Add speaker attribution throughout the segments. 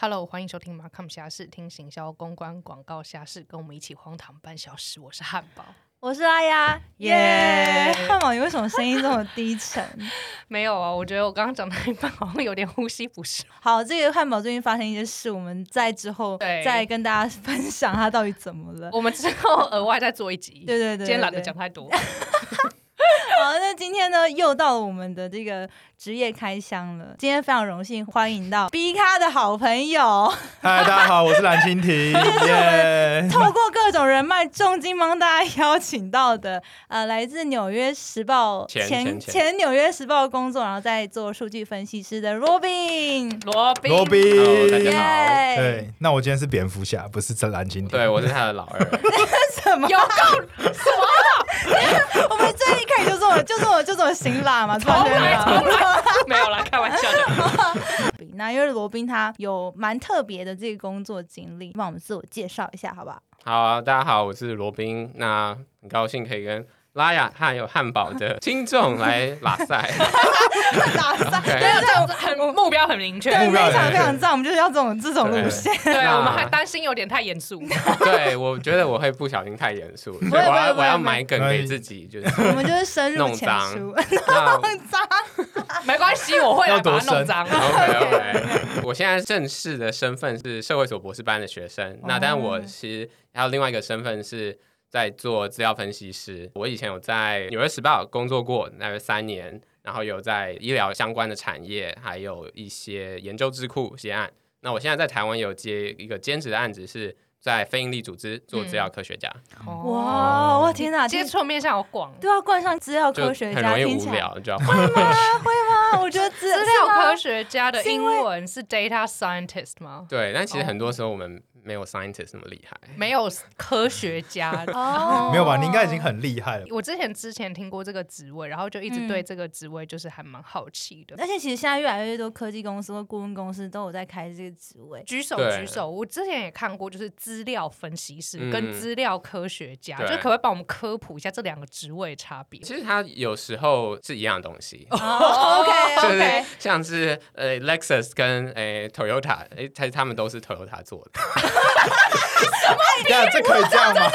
Speaker 1: Hello，欢迎收听马康侠士，听行销、公关、广告侠士，跟我们一起荒唐半小时。我是汉堡，
Speaker 2: 我是阿丫，
Speaker 1: 耶
Speaker 2: 耶！汉堡，你为什么声音这么低沉？
Speaker 1: 没有啊，我觉得我刚刚讲到一半，好像有点呼吸不顺。
Speaker 2: 好，这个汉堡最近发生一些事，我们在之后
Speaker 1: 对
Speaker 2: 再跟大家分享他到底怎么了。
Speaker 1: 我们之后额外再做一 集，
Speaker 2: 对对对对
Speaker 1: 今天懒得
Speaker 2: 对
Speaker 1: 讲太多。
Speaker 2: 好，那今天呢，又到了我们的这个职业开箱了。今天非常荣幸欢迎到 B 咖的好朋友，
Speaker 3: 嗨，大家好，我是蓝蜻蜓，耶！
Speaker 2: 透过各种人脉，重金帮大家邀请到的，呃，来自纽约时报
Speaker 4: 前前前
Speaker 2: 前纽约时报工作，然后再做数据分析师的 Robin。
Speaker 1: 罗宾，
Speaker 3: 罗宾，
Speaker 4: Hello，大家好
Speaker 3: 对，那我今天是蝙蝠侠，不是这蓝蜻蜓。
Speaker 4: 对，我是他的老二，
Speaker 2: 什么？
Speaker 1: 有够
Speaker 2: 我们最一开始就这么就这么就这么辛辣嘛，突然间
Speaker 1: 来
Speaker 2: 聊。
Speaker 1: 没有啦，开玩笑 的。
Speaker 2: 那因为罗宾他有蛮特别的这个工作经历，帮我们自我介绍一下好不 好？
Speaker 4: 好、啊，大家好，我是罗宾，那很高兴可以跟拉雅还有汉堡的听众来拉 赛，
Speaker 2: 打散
Speaker 4: OK
Speaker 2: 对
Speaker 1: 这样子很目标很明确。
Speaker 2: 对，
Speaker 3: 目标
Speaker 2: 非常
Speaker 3: 很
Speaker 2: 非常赞，我们就是要这种这种路线。
Speaker 1: 对，
Speaker 4: 那
Speaker 1: 我们还担心有点太严 肃。
Speaker 4: 对我觉得我会不小心太严肃，所以
Speaker 2: 不会
Speaker 4: 我
Speaker 2: 不会
Speaker 4: 要
Speaker 2: 不
Speaker 4: 我
Speaker 2: 会
Speaker 4: 要买梗给自己，就是
Speaker 2: 我们就是深入浅出，
Speaker 4: 那
Speaker 2: 脏。
Speaker 1: 没关系，我会来
Speaker 3: 要多
Speaker 1: 把它弄
Speaker 3: 深
Speaker 1: 脏。
Speaker 4: OK OK，我现在正式的身份是社会所博士班的学
Speaker 2: 哦
Speaker 4: 生，那但我其实还有另外一个身份是在做资料分析师。我以前有在《纽约时报》工作过，大约三年，然后有在医疗相关的产业，还有一些研究智库接案。那我现在在台湾有接一个兼职的案子，是在非营利组织做资料科学家，
Speaker 2: 哦
Speaker 4: 嗯
Speaker 2: 哇，我天哪，
Speaker 1: 哦接
Speaker 2: 听
Speaker 1: 触面向好广。
Speaker 2: 都要冠上资料
Speaker 4: 就
Speaker 2: 科学
Speaker 4: 很
Speaker 2: 家，
Speaker 4: 容易
Speaker 2: 听
Speaker 4: 无
Speaker 2: 起来
Speaker 4: 聊，就 要换一个。
Speaker 2: 啊，我觉得资
Speaker 1: 资料科学
Speaker 2: 学
Speaker 1: 家的
Speaker 2: 是
Speaker 1: 英
Speaker 2: 因为
Speaker 1: 文是 data scientist 吗？
Speaker 4: 对，但其实
Speaker 2: 哦
Speaker 4: 很多时候我们没有 scientist 那么厉害。
Speaker 1: 没有科学 家。
Speaker 2: 哦
Speaker 3: 没有吧？你应该已经很厉害了。
Speaker 1: 我之前之前听过这个职位，然后就一直
Speaker 2: 嗯
Speaker 1: 对这个职位就是还蛮好奇的。
Speaker 2: 而且其实现在越来越多科技公司或顾问公司都有在开这个职 位，
Speaker 1: 举手
Speaker 4: 对
Speaker 1: 举手，我之前也看过，就是资料分析师
Speaker 4: 嗯
Speaker 1: 跟资料科学家，
Speaker 4: 对
Speaker 1: 就是可不可以帮我们科普一下这两个职位差别？
Speaker 4: 其实它有时候是一样的东西，
Speaker 2: 哦 OK，
Speaker 4: 就是
Speaker 2: OK
Speaker 4: 像是呃 Lexus 跟呃 Toyota，哎、它他们都是 Toyota 做的。
Speaker 3: 对啊，这可以这样吗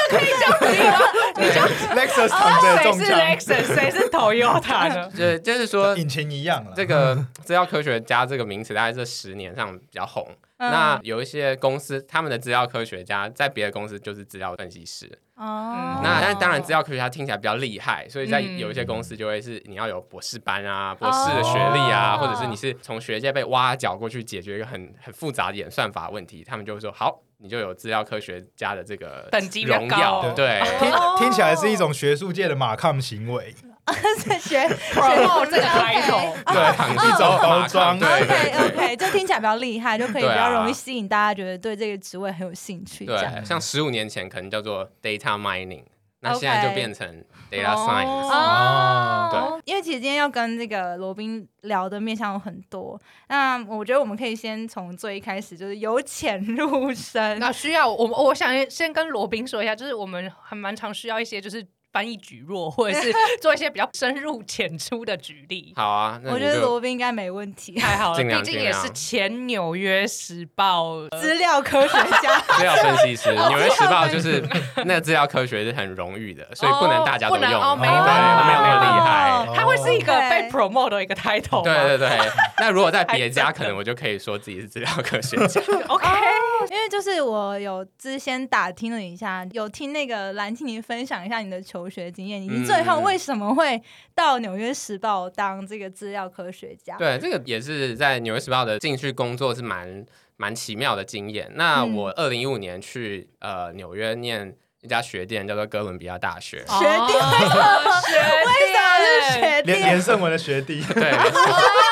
Speaker 3: ？Lexus 躺着
Speaker 1: 哦谁
Speaker 3: 中
Speaker 1: 是
Speaker 3: 枪，
Speaker 1: Lexus，谁是 Toyota 呢？
Speaker 4: 就就是说，
Speaker 3: 引擎一样了。
Speaker 4: 这个资料科学家这个名词，大概这十年上比较红。
Speaker 2: 嗯
Speaker 4: 那有一些公司，他们的资料科学家在别的公司就是资料分析师。
Speaker 2: 哦
Speaker 4: 那但当然，资料科学家听起来比较厉害，所以在
Speaker 1: 嗯
Speaker 4: 有一些公司就会是你要有博士班啊、博士的学历啊，
Speaker 2: 哦
Speaker 4: 或者是你是从学界被挖角过去解决一个很很复杂的演算法问题，他们就会说好，你就有资料科学家的这个
Speaker 1: 等级比较
Speaker 4: 荣
Speaker 1: 高
Speaker 4: 耀，对。
Speaker 3: 听
Speaker 2: 哦
Speaker 3: 听起来是一种学术界的马抗行为，
Speaker 2: 在 学
Speaker 1: promote 这个 title
Speaker 4: 对，躺
Speaker 3: 一
Speaker 4: 一
Speaker 3: 种
Speaker 4: 种
Speaker 3: 包
Speaker 4: 包
Speaker 3: 装
Speaker 4: 装，对对
Speaker 2: OK
Speaker 4: 对
Speaker 2: OK，就听起来比较厉害，就可以比
Speaker 4: 对啊
Speaker 2: 较容易吸引大家觉得对这个职位很有兴趣。这样
Speaker 4: 对，像十五年前可能叫做 data mining，那现在
Speaker 2: OK
Speaker 4: 就变成 data
Speaker 1: 哦
Speaker 4: science，
Speaker 2: 哦，因为其实今天要跟这个罗宾聊的面向有很多，那我觉得我们可以先从最一开始就是由浅入深。
Speaker 1: 那需要我们，我想先跟罗宾说一下，就是我们还蛮常需要一些就是翻译举弱，或者 是做一些比较深入浅出的举例。
Speaker 4: 好啊，那
Speaker 2: 我
Speaker 4: 你
Speaker 2: 觉得
Speaker 4: 就
Speaker 2: 罗宾应该没问题，
Speaker 1: 太好了，
Speaker 4: 尽量
Speaker 1: 毕竟也
Speaker 4: 尽
Speaker 1: 是
Speaker 4: 量哦
Speaker 1: 前《纽约时报》呃
Speaker 2: 资料科学家
Speaker 4: 资料分析师，《纽约时报》
Speaker 2: 分
Speaker 4: 就
Speaker 2: 析
Speaker 4: 是 那个资料科学是很荣誉的，所以不能大家都
Speaker 1: 不
Speaker 4: 用，
Speaker 1: 能哦没
Speaker 4: 对，
Speaker 1: 办
Speaker 3: 法
Speaker 4: 我 没有那么厉害。
Speaker 3: 哦
Speaker 1: 它会是一个被
Speaker 2: OK
Speaker 1: promote 的一个 title 吗
Speaker 4: 对对对，那如果在别
Speaker 1: 还
Speaker 4: 家，
Speaker 1: 真的
Speaker 4: 可能我就可以说自己是资料科学家。
Speaker 1: ，OK，
Speaker 2: 因为就是我有之前打听了一下，有听那个蓝青你分享一下你的求学经验，以
Speaker 4: 嗯
Speaker 2: 及最后为什么会到《纽约时报》当这个资料科学家。
Speaker 4: 对，这个也是在《纽约时报》的进去工作是蛮蛮奇妙的经验。那我二零一五年去呃纽约念一家学店，叫做哥伦比亚大学。
Speaker 1: 哦
Speaker 2: 学弟为什么
Speaker 1: 学
Speaker 2: 为什么
Speaker 1: 弟？
Speaker 2: 是学弟？
Speaker 3: 连连胜文的学弟，
Speaker 4: 对，没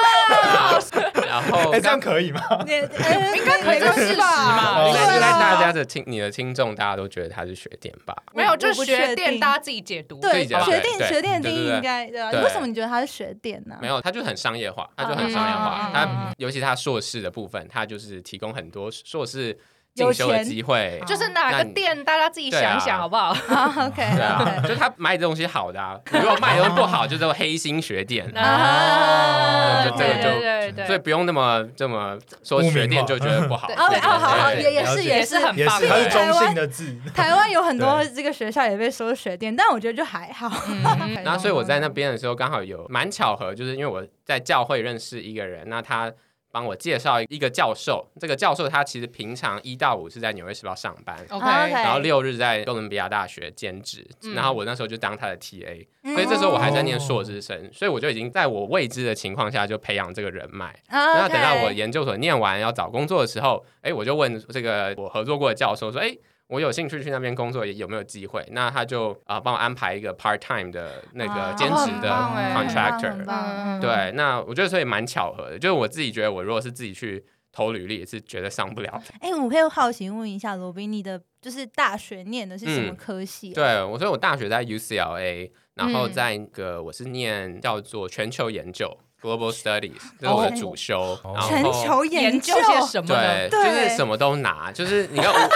Speaker 4: 错然后
Speaker 3: 哎，这样
Speaker 4: 刚。
Speaker 3: 可以吗？
Speaker 2: 连呃
Speaker 1: 应该可以
Speaker 2: 连
Speaker 1: 这是事实嘛
Speaker 4: 应该
Speaker 2: 对啊
Speaker 4: 应该大家的听你的听众，大家都觉得他是学店吧？
Speaker 1: 没有，
Speaker 2: 我
Speaker 1: 就
Speaker 2: 我不
Speaker 1: 学
Speaker 2: 确
Speaker 1: 店，
Speaker 2: 定
Speaker 1: 大家自己解读。
Speaker 2: 对，
Speaker 4: 自己讲
Speaker 2: 学
Speaker 4: 对
Speaker 2: 电
Speaker 4: 对
Speaker 2: 学电的
Speaker 4: 对
Speaker 2: 定
Speaker 4: 对
Speaker 2: 义
Speaker 4: 对
Speaker 2: 应该对啊。
Speaker 4: 对
Speaker 2: 为什么你觉得他是学电呢？
Speaker 4: 没有，他就很商业化，他就很商业
Speaker 2: 嗯
Speaker 4: 化。
Speaker 1: 嗯
Speaker 4: 他尤其他硕士的部分，他就是提供很多硕士进修
Speaker 2: 有
Speaker 4: 的
Speaker 2: 钱
Speaker 4: 机会，
Speaker 1: 就是哪
Speaker 4: 那
Speaker 1: 个
Speaker 4: 你
Speaker 1: 店，大家自己想一
Speaker 4: 对
Speaker 1: 想
Speaker 4: 啊
Speaker 1: 好不好？
Speaker 2: 啊，OK
Speaker 4: 对啊，
Speaker 2: OK。
Speaker 4: 就他卖的东西 好的啊，如果卖的东西不好，就叫黑心学店。
Speaker 1: 啊，
Speaker 3: 就这个
Speaker 1: 对
Speaker 4: 就
Speaker 1: 对对对
Speaker 4: 所以不用那么这么说学店就觉得不好。
Speaker 1: 污名
Speaker 2: 哦
Speaker 1: 化对
Speaker 2: 哦，好好，
Speaker 4: 对
Speaker 2: 也也
Speaker 3: 了
Speaker 2: 是
Speaker 3: 解
Speaker 2: 也
Speaker 1: 是
Speaker 2: 是
Speaker 1: 很
Speaker 3: 也
Speaker 1: 棒
Speaker 3: 是它是
Speaker 1: 的。
Speaker 3: 中性的字，
Speaker 2: 台湾有很多这个学校也被说学店，但我觉得就还好。
Speaker 1: 嗯
Speaker 4: 然后所以我在那边的时候刚好有蛮巧合，就是因为我在教会认识一个人，那他帮我介绍一个教授，这个教授他其实平常一到五是在纽约时报上班。
Speaker 2: OK
Speaker 4: 然后六日在哥伦比亚大学兼职，
Speaker 1: 哦嗯
Speaker 4: 然后我那时候就当他的 TA，、
Speaker 2: 嗯，
Speaker 4: 所以这时候我还在念硕士生，所以我就已经在我未知的情况下就培养这个人脉。
Speaker 2: 啊
Speaker 4: 那
Speaker 1: 哦
Speaker 2: OK
Speaker 4: 等到我研究所念完要找工作的时候，哎，我就问这个我合作过的教授说，哎，我有兴趣去那边工作，有没有机会？那他就啊、帮我安排一个 part time 的那个
Speaker 2: 啊
Speaker 4: 兼
Speaker 1: 哦
Speaker 4: 职
Speaker 1: 很
Speaker 4: 的
Speaker 1: 棒哎
Speaker 4: contractor。
Speaker 2: 很棒嗯很棒
Speaker 4: 对，那我觉得所以蛮巧合的，就是我自己觉得我如果是自己去投履历是绝对上不了的。
Speaker 2: 哎，我可以好奇问一下，罗宾，你的就是大学念的是什么
Speaker 4: 嗯
Speaker 2: 科系啊？
Speaker 4: 对，我所以我大学在 UCLA，然后
Speaker 1: 嗯
Speaker 4: 在一个我是念叫做全球研究 （Global Studies），这是我的主修。
Speaker 3: 哦
Speaker 4: 然后
Speaker 2: 全球
Speaker 1: 研
Speaker 2: 究
Speaker 1: 究些什么呢？
Speaker 4: 对，就是什么都拿，就是你 看我，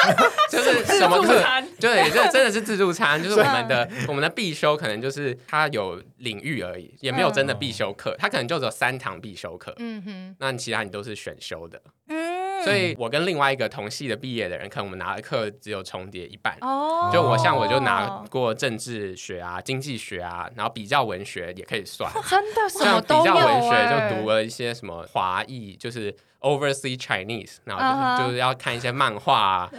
Speaker 4: 就是什么都
Speaker 1: 自助餐
Speaker 4: 对，这真的是自助餐，就是我 们的我们的必修可能就是它有领域而已，也没有真的必修课，它可能就只有三堂必修课，
Speaker 1: 嗯哼，
Speaker 4: 那其他你都是选修的。
Speaker 2: 嗯，
Speaker 4: 所以我跟另外一个同系的毕业的人，可能我们拿的课只有重叠一半。
Speaker 2: 哦，
Speaker 4: 就我像我就拿过政治学啊、经济学啊，然后比较文学也可以算，
Speaker 1: 真的什
Speaker 4: 像
Speaker 1: 么
Speaker 4: 比
Speaker 1: 都
Speaker 4: 较
Speaker 1: 有
Speaker 4: 文
Speaker 1: 哎
Speaker 2: 欸
Speaker 4: 学就读了一些什么华裔，就是 overseas Chinese，然
Speaker 2: 嗯
Speaker 4: 后
Speaker 2: 哼
Speaker 4: 就是就是要看一些漫 画啊，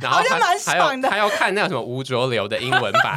Speaker 4: 然后
Speaker 2: 好像
Speaker 4: 他
Speaker 2: 蛮
Speaker 4: 还
Speaker 2: 爽
Speaker 4: 有
Speaker 2: 的
Speaker 4: 他要看那个什么吴浊流的英文 版，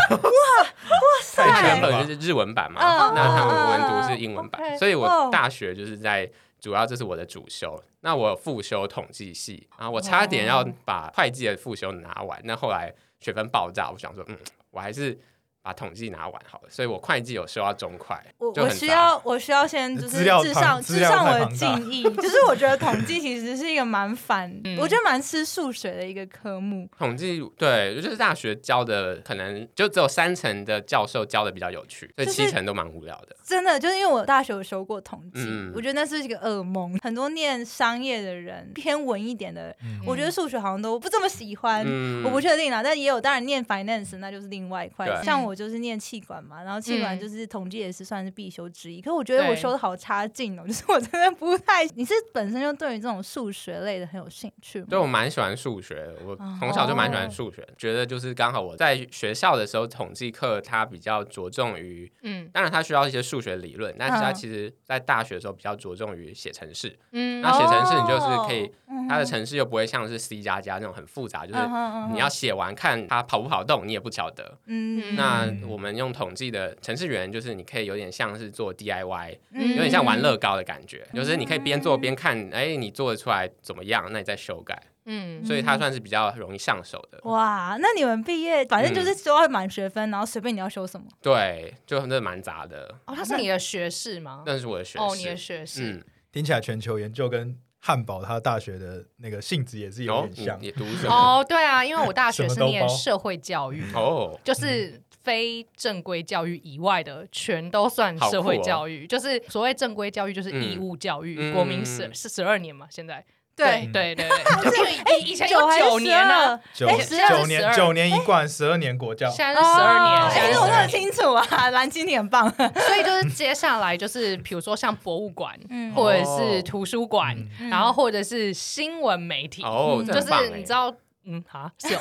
Speaker 3: 太
Speaker 4: 因
Speaker 3: 全
Speaker 4: 为
Speaker 3: 了
Speaker 4: 原本
Speaker 3: 吧
Speaker 4: 就是日文版嘛，
Speaker 2: 嗯
Speaker 4: 那他们文读是英
Speaker 1: 嗯
Speaker 4: 文
Speaker 1: 嗯嗯
Speaker 4: 版，
Speaker 1: ，OK，
Speaker 4: 所以
Speaker 2: 哦
Speaker 4: 我大学就是在。主要这是我的主修，那我有复修统计系啊，我差点要
Speaker 2: 哦
Speaker 4: 把会计的复修拿完，那后来学分爆炸，我想说，嗯，我还是把统计拿完好了，所以我会计有修到中快，
Speaker 2: 我
Speaker 4: 就
Speaker 2: 我
Speaker 4: 很
Speaker 2: 需
Speaker 4: 杂
Speaker 2: 要我需要先就是
Speaker 3: 资料
Speaker 2: 至
Speaker 3: 庞
Speaker 2: 上
Speaker 3: 资
Speaker 2: 至
Speaker 3: 料
Speaker 2: 上
Speaker 3: 太
Speaker 2: 我的
Speaker 3: 庞大
Speaker 2: 敬 意，就是我觉得统计其实是一个蛮反，
Speaker 1: 嗯
Speaker 2: 我觉得蛮吃数学的一个科目。
Speaker 4: 统计对，就是大学教的，可能就只有三成的教授教的比较有趣，所以
Speaker 2: 就是
Speaker 4: 七成都蛮无聊的。
Speaker 2: 真的，就是因为我大学有修过统计，
Speaker 4: 嗯
Speaker 2: 我觉得那是一个噩梦。很多念商业的人，偏文一点的人，
Speaker 3: 嗯
Speaker 2: 我觉得数学好像都不这么喜欢。
Speaker 4: 嗯
Speaker 2: 我不确定啦，但也有当然念 finance 那就是另外一块。
Speaker 4: 对
Speaker 2: 像我就是念气管嘛，然后气管
Speaker 1: 嗯
Speaker 2: 就是统计也是算是必修之一。可我觉得我
Speaker 1: 对
Speaker 2: 修的好差劲哦， 就是我真的不太。你是本身就对于这种数学类的很有兴趣吗？
Speaker 4: 对我蛮喜欢数学的，我
Speaker 2: 哦
Speaker 4: 从小就蛮喜欢数学的，觉得就是刚好我在学校的时候，统计课它比较着重于，
Speaker 1: 嗯
Speaker 4: 当然它需要一些数学理论，但是它
Speaker 2: 嗯
Speaker 4: 其实在大学的时候比较着重于写程式，
Speaker 1: 嗯，
Speaker 4: 那
Speaker 1: 哦
Speaker 4: 写程式你就是可以，
Speaker 2: 嗯哼
Speaker 4: 它的程式又不会像是 C 加加那种很复杂，就是
Speaker 2: 嗯哼嗯哼
Speaker 4: 你要写完看它跑不跑动，你也不晓得。
Speaker 2: 嗯
Speaker 4: 那
Speaker 3: 嗯
Speaker 4: 我们用统计的程序员，就是你可以有点像是做 DIY，
Speaker 2: 嗯
Speaker 4: 有点像玩乐高的感觉，就是你可以边做边看，哎，你做得出来怎么样，那你再修改，
Speaker 1: 嗯哦
Speaker 4: 所以它算是比较容易上手的。
Speaker 2: 哇，那你们毕业反正
Speaker 4: 嗯
Speaker 2: 就是修到满学分，然后随便你要修什么。
Speaker 4: 对，就真的蛮杂的，
Speaker 1: 哦，他是你的学士吗？
Speaker 4: 那是我的学
Speaker 1: 哦，你的
Speaker 4: 士。
Speaker 1: 学士，
Speaker 4: 嗯，
Speaker 3: 听起来全球研究跟汉堡他大学的那个性质也是有
Speaker 4: 有
Speaker 3: 点
Speaker 4: 你
Speaker 3: 像，
Speaker 4: 哦你读什 么？
Speaker 1: 哦，对啊，因为我大学
Speaker 3: 什么
Speaker 1: 是
Speaker 3: 都
Speaker 1: 念
Speaker 3: 包
Speaker 1: 社会教育，
Speaker 4: 哦，
Speaker 1: 就是非正规教育以外的，全都算社会教育。就是所谓正规教育，就是义务教育，
Speaker 4: 嗯
Speaker 1: 国民十
Speaker 4: 嗯
Speaker 1: 是十二年嘛，现在
Speaker 2: 对
Speaker 3: 嗯
Speaker 1: 对对对，就是哎，以前有
Speaker 2: 九还是
Speaker 1: 九年呢，
Speaker 3: 九
Speaker 1: 哎现在是
Speaker 3: 九年
Speaker 1: 12
Speaker 3: 九年一贯，十二年国教，
Speaker 1: 现在
Speaker 2: 12？
Speaker 1: 是十二
Speaker 2: 哦
Speaker 1: 年，
Speaker 2: 哎
Speaker 1: 现
Speaker 2: 这
Speaker 1: 在
Speaker 2: 我
Speaker 1: 是
Speaker 2: 弄得清楚啊，蓝鲸你很棒。
Speaker 1: 所以就是接下来就是比如说像博物馆
Speaker 2: 嗯，
Speaker 1: 或者是图书馆，
Speaker 2: 嗯
Speaker 1: 然后或者是新闻媒体，
Speaker 4: 哦，这
Speaker 1: 就
Speaker 4: 很棒
Speaker 1: 是
Speaker 4: 哎
Speaker 1: 你知，道。嗯，好，是哦，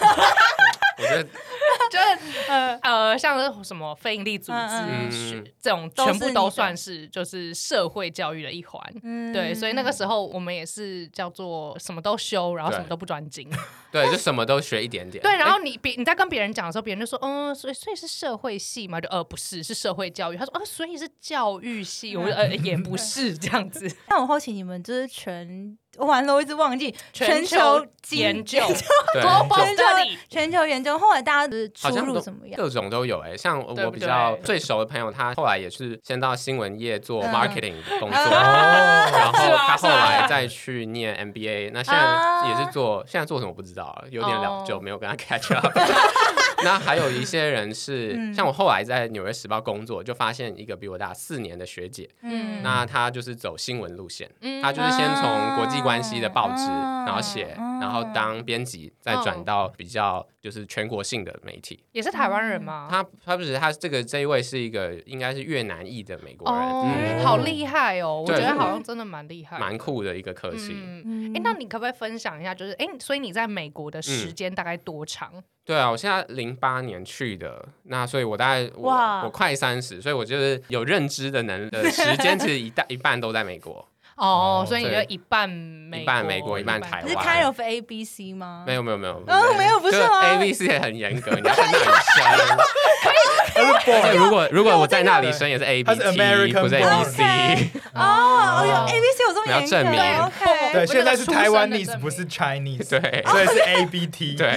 Speaker 4: 我觉得
Speaker 1: 就是呃呃，像是什么非营利组
Speaker 2: 嗯
Speaker 4: 嗯
Speaker 1: 织学这种，
Speaker 2: 都
Speaker 1: 全
Speaker 2: 是
Speaker 1: 部
Speaker 2: 你
Speaker 1: 都
Speaker 2: 的
Speaker 1: 算是就是社会教育的一环。
Speaker 2: 嗯
Speaker 1: 对，所以那个时候我们也是叫做什么都修，然后
Speaker 4: 对
Speaker 1: 什么都不专 精。
Speaker 4: 对，就什么都学一点点。
Speaker 1: 对，然
Speaker 4: 哎
Speaker 1: 后你别你在跟别人讲的时候，别人就说，嗯，所以所以是社会系嘛？就呃不是，是社会教育。他说，呃，所以是教育系。我就呃也
Speaker 2: 嗯
Speaker 1: 不是这样子，
Speaker 2: 那我好奇你们就是全完了，我一直忘记
Speaker 1: 球
Speaker 2: 球
Speaker 1: 研究
Speaker 4: 对
Speaker 1: ，global
Speaker 2: 全球
Speaker 1: study。
Speaker 2: 全球研究，后来大家就是出
Speaker 4: 好像
Speaker 2: 路
Speaker 4: 都
Speaker 2: 怎么样？
Speaker 4: 各种都有哎、像
Speaker 1: 对
Speaker 4: 我
Speaker 1: 不
Speaker 4: 比较
Speaker 1: 对
Speaker 4: 最熟的朋友，他后来也是先到新闻业做
Speaker 2: 嗯
Speaker 4: marketing 的工作，
Speaker 1: 嗯
Speaker 3: 啊
Speaker 4: 然后
Speaker 1: 是吧
Speaker 4: 他后
Speaker 1: 是吧
Speaker 4: 来再去念 MBA，那现
Speaker 2: 啊
Speaker 4: 在也是做，现在做什么不知道，有点
Speaker 1: 哦
Speaker 4: 了久没有跟他 catch up。那还有一些人是、
Speaker 2: 嗯
Speaker 4: 像我后来在《纽约时报》工作，就发现一个比我大四年的学姐，
Speaker 1: 嗯
Speaker 4: 那她就是走新闻路线，
Speaker 1: 嗯
Speaker 4: 她就是先从国际关系的报纸，
Speaker 2: 啊
Speaker 4: 然后写然后当编辑，再
Speaker 1: 哦
Speaker 4: 转到比较就是全国性的媒体。
Speaker 1: 也是台湾人吗？
Speaker 4: 嗯他他不是他这个这一位是一个应该是越南裔的美国人，
Speaker 1: 哦
Speaker 4: 嗯，
Speaker 1: 好厉害哦！我觉
Speaker 4: 对嗯
Speaker 1: 得好像真的蛮厉害的，
Speaker 4: 蛮酷的一个科系。
Speaker 1: 嗯
Speaker 2: 嗯
Speaker 1: 哎、那你可不可以分享一下？就是哎、诶所以你在美国
Speaker 4: 嗯
Speaker 1: 的时间大概多长？
Speaker 4: 对啊，我现在零八年去的，那所以我大概我
Speaker 2: 哇
Speaker 4: 我快三十，所以我就是有认知的能的时间，其实一 大一半都在美国，
Speaker 1: 哦
Speaker 3: 哦，
Speaker 1: 所以你就
Speaker 4: 对
Speaker 1: 一半美
Speaker 4: 一半美国一半台
Speaker 2: 你
Speaker 4: 湾
Speaker 2: 是 kind of A B C 吗？
Speaker 4: 没有没有没有，
Speaker 2: 嗯没有不是吗
Speaker 4: A B C 也很严格，你要在那里 生。
Speaker 3: 他是 born
Speaker 4: 对，如果如果我在那里生也是 A
Speaker 3: 他
Speaker 4: B
Speaker 3: 是
Speaker 4: T，
Speaker 3: 啊 American
Speaker 4: 不是 A B C，
Speaker 2: 哦，有
Speaker 1: 哦
Speaker 2: A B C 有这么
Speaker 4: 你要
Speaker 2: 严格
Speaker 4: 证明
Speaker 2: 对，OK，
Speaker 3: 对，
Speaker 1: 我
Speaker 3: 现在是
Speaker 1: 这个出生的
Speaker 3: Taiwanese
Speaker 1: 证明
Speaker 3: 不是 Chinese，
Speaker 4: 对
Speaker 2: 哦
Speaker 3: 所以是 A B T。
Speaker 4: 对，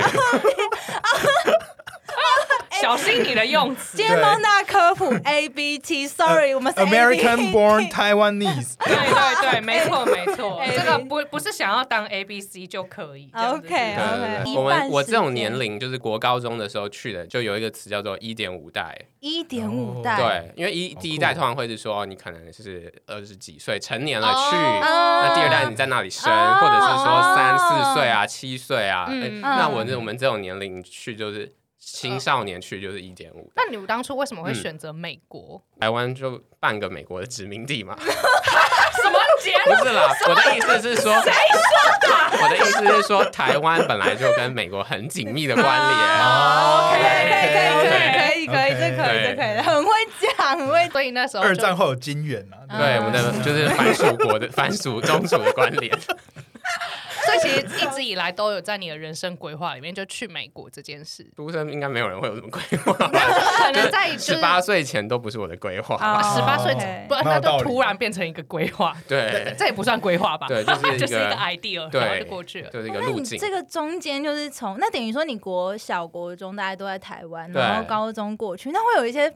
Speaker 1: 小心你的用词。
Speaker 2: 今天帮大家科 普 A B T，Sorry，我们是
Speaker 3: 呃 American
Speaker 2: born，
Speaker 3: born Taiwanese，
Speaker 1: 对对对，没错没错
Speaker 2: A，B
Speaker 1: 这个不不是想要当 A B C 就可以。这样子
Speaker 2: OK，
Speaker 4: 对
Speaker 2: OK
Speaker 4: 对对
Speaker 2: 一
Speaker 4: 我
Speaker 2: 半
Speaker 4: 们我
Speaker 2: 时
Speaker 4: 这种
Speaker 2: 间
Speaker 4: 年龄就是国高中的时候去的，就有一个词叫做一点五代，
Speaker 2: 一点五
Speaker 3: 哦
Speaker 2: 代，
Speaker 4: 对，因为一
Speaker 3: 好酷哦
Speaker 4: 第一代通常会是说哦你可能是二十几岁成年了
Speaker 1: 哦
Speaker 4: 去，
Speaker 2: 啊
Speaker 4: 那第二代你在那里生，
Speaker 2: 哦
Speaker 4: 或者是说三四岁啊、七岁啊，
Speaker 1: 嗯
Speaker 4: 诶
Speaker 1: 嗯
Speaker 4: 那我这我们这种年龄去就是青少年去就是一点五，
Speaker 1: 那你们当初为什么
Speaker 4: 嗯
Speaker 1: 会选择美国？
Speaker 4: 台湾就半个美国的殖民地嘛，
Speaker 1: 什么结
Speaker 4: 不是啦，我的意思是说，谁说的？我的意思是说，台湾本来就跟美国很紧密的关联。
Speaker 2: 哦可以可以可以可以可
Speaker 3: OK
Speaker 2: 以，这可以这可以，很会讲，很会
Speaker 1: 论？所以那时候就
Speaker 3: 二战后有金元啊，
Speaker 1: 嗯
Speaker 4: 对，我们的就是藩属国的藩属宗属的关联，，
Speaker 1: 所以其实一直以来都有在你的人生规划里面，就去美国这件事
Speaker 4: 出生应该没有人会有什么规划吧。
Speaker 1: 可能在就是
Speaker 4: 十八岁前都不是我的规划。
Speaker 2: 啊
Speaker 1: 十八岁
Speaker 2: 哦
Speaker 1: 不，
Speaker 3: 蛮有
Speaker 1: 那
Speaker 3: 道
Speaker 1: 就
Speaker 3: 理
Speaker 1: 突然变成一个规划，
Speaker 4: 对，
Speaker 1: 这也不算规划吧？
Speaker 4: 对就是一个
Speaker 1: 就是一个 idea，
Speaker 4: 对
Speaker 1: 然后就过去了。
Speaker 4: 就是一
Speaker 2: 哦
Speaker 4: 个
Speaker 2: 那
Speaker 4: 路
Speaker 2: 你
Speaker 4: 径。
Speaker 2: 这个中间就是从那等于说你国小、国中大家都在台湾，
Speaker 4: 对
Speaker 2: 然后高中过去，那会有一些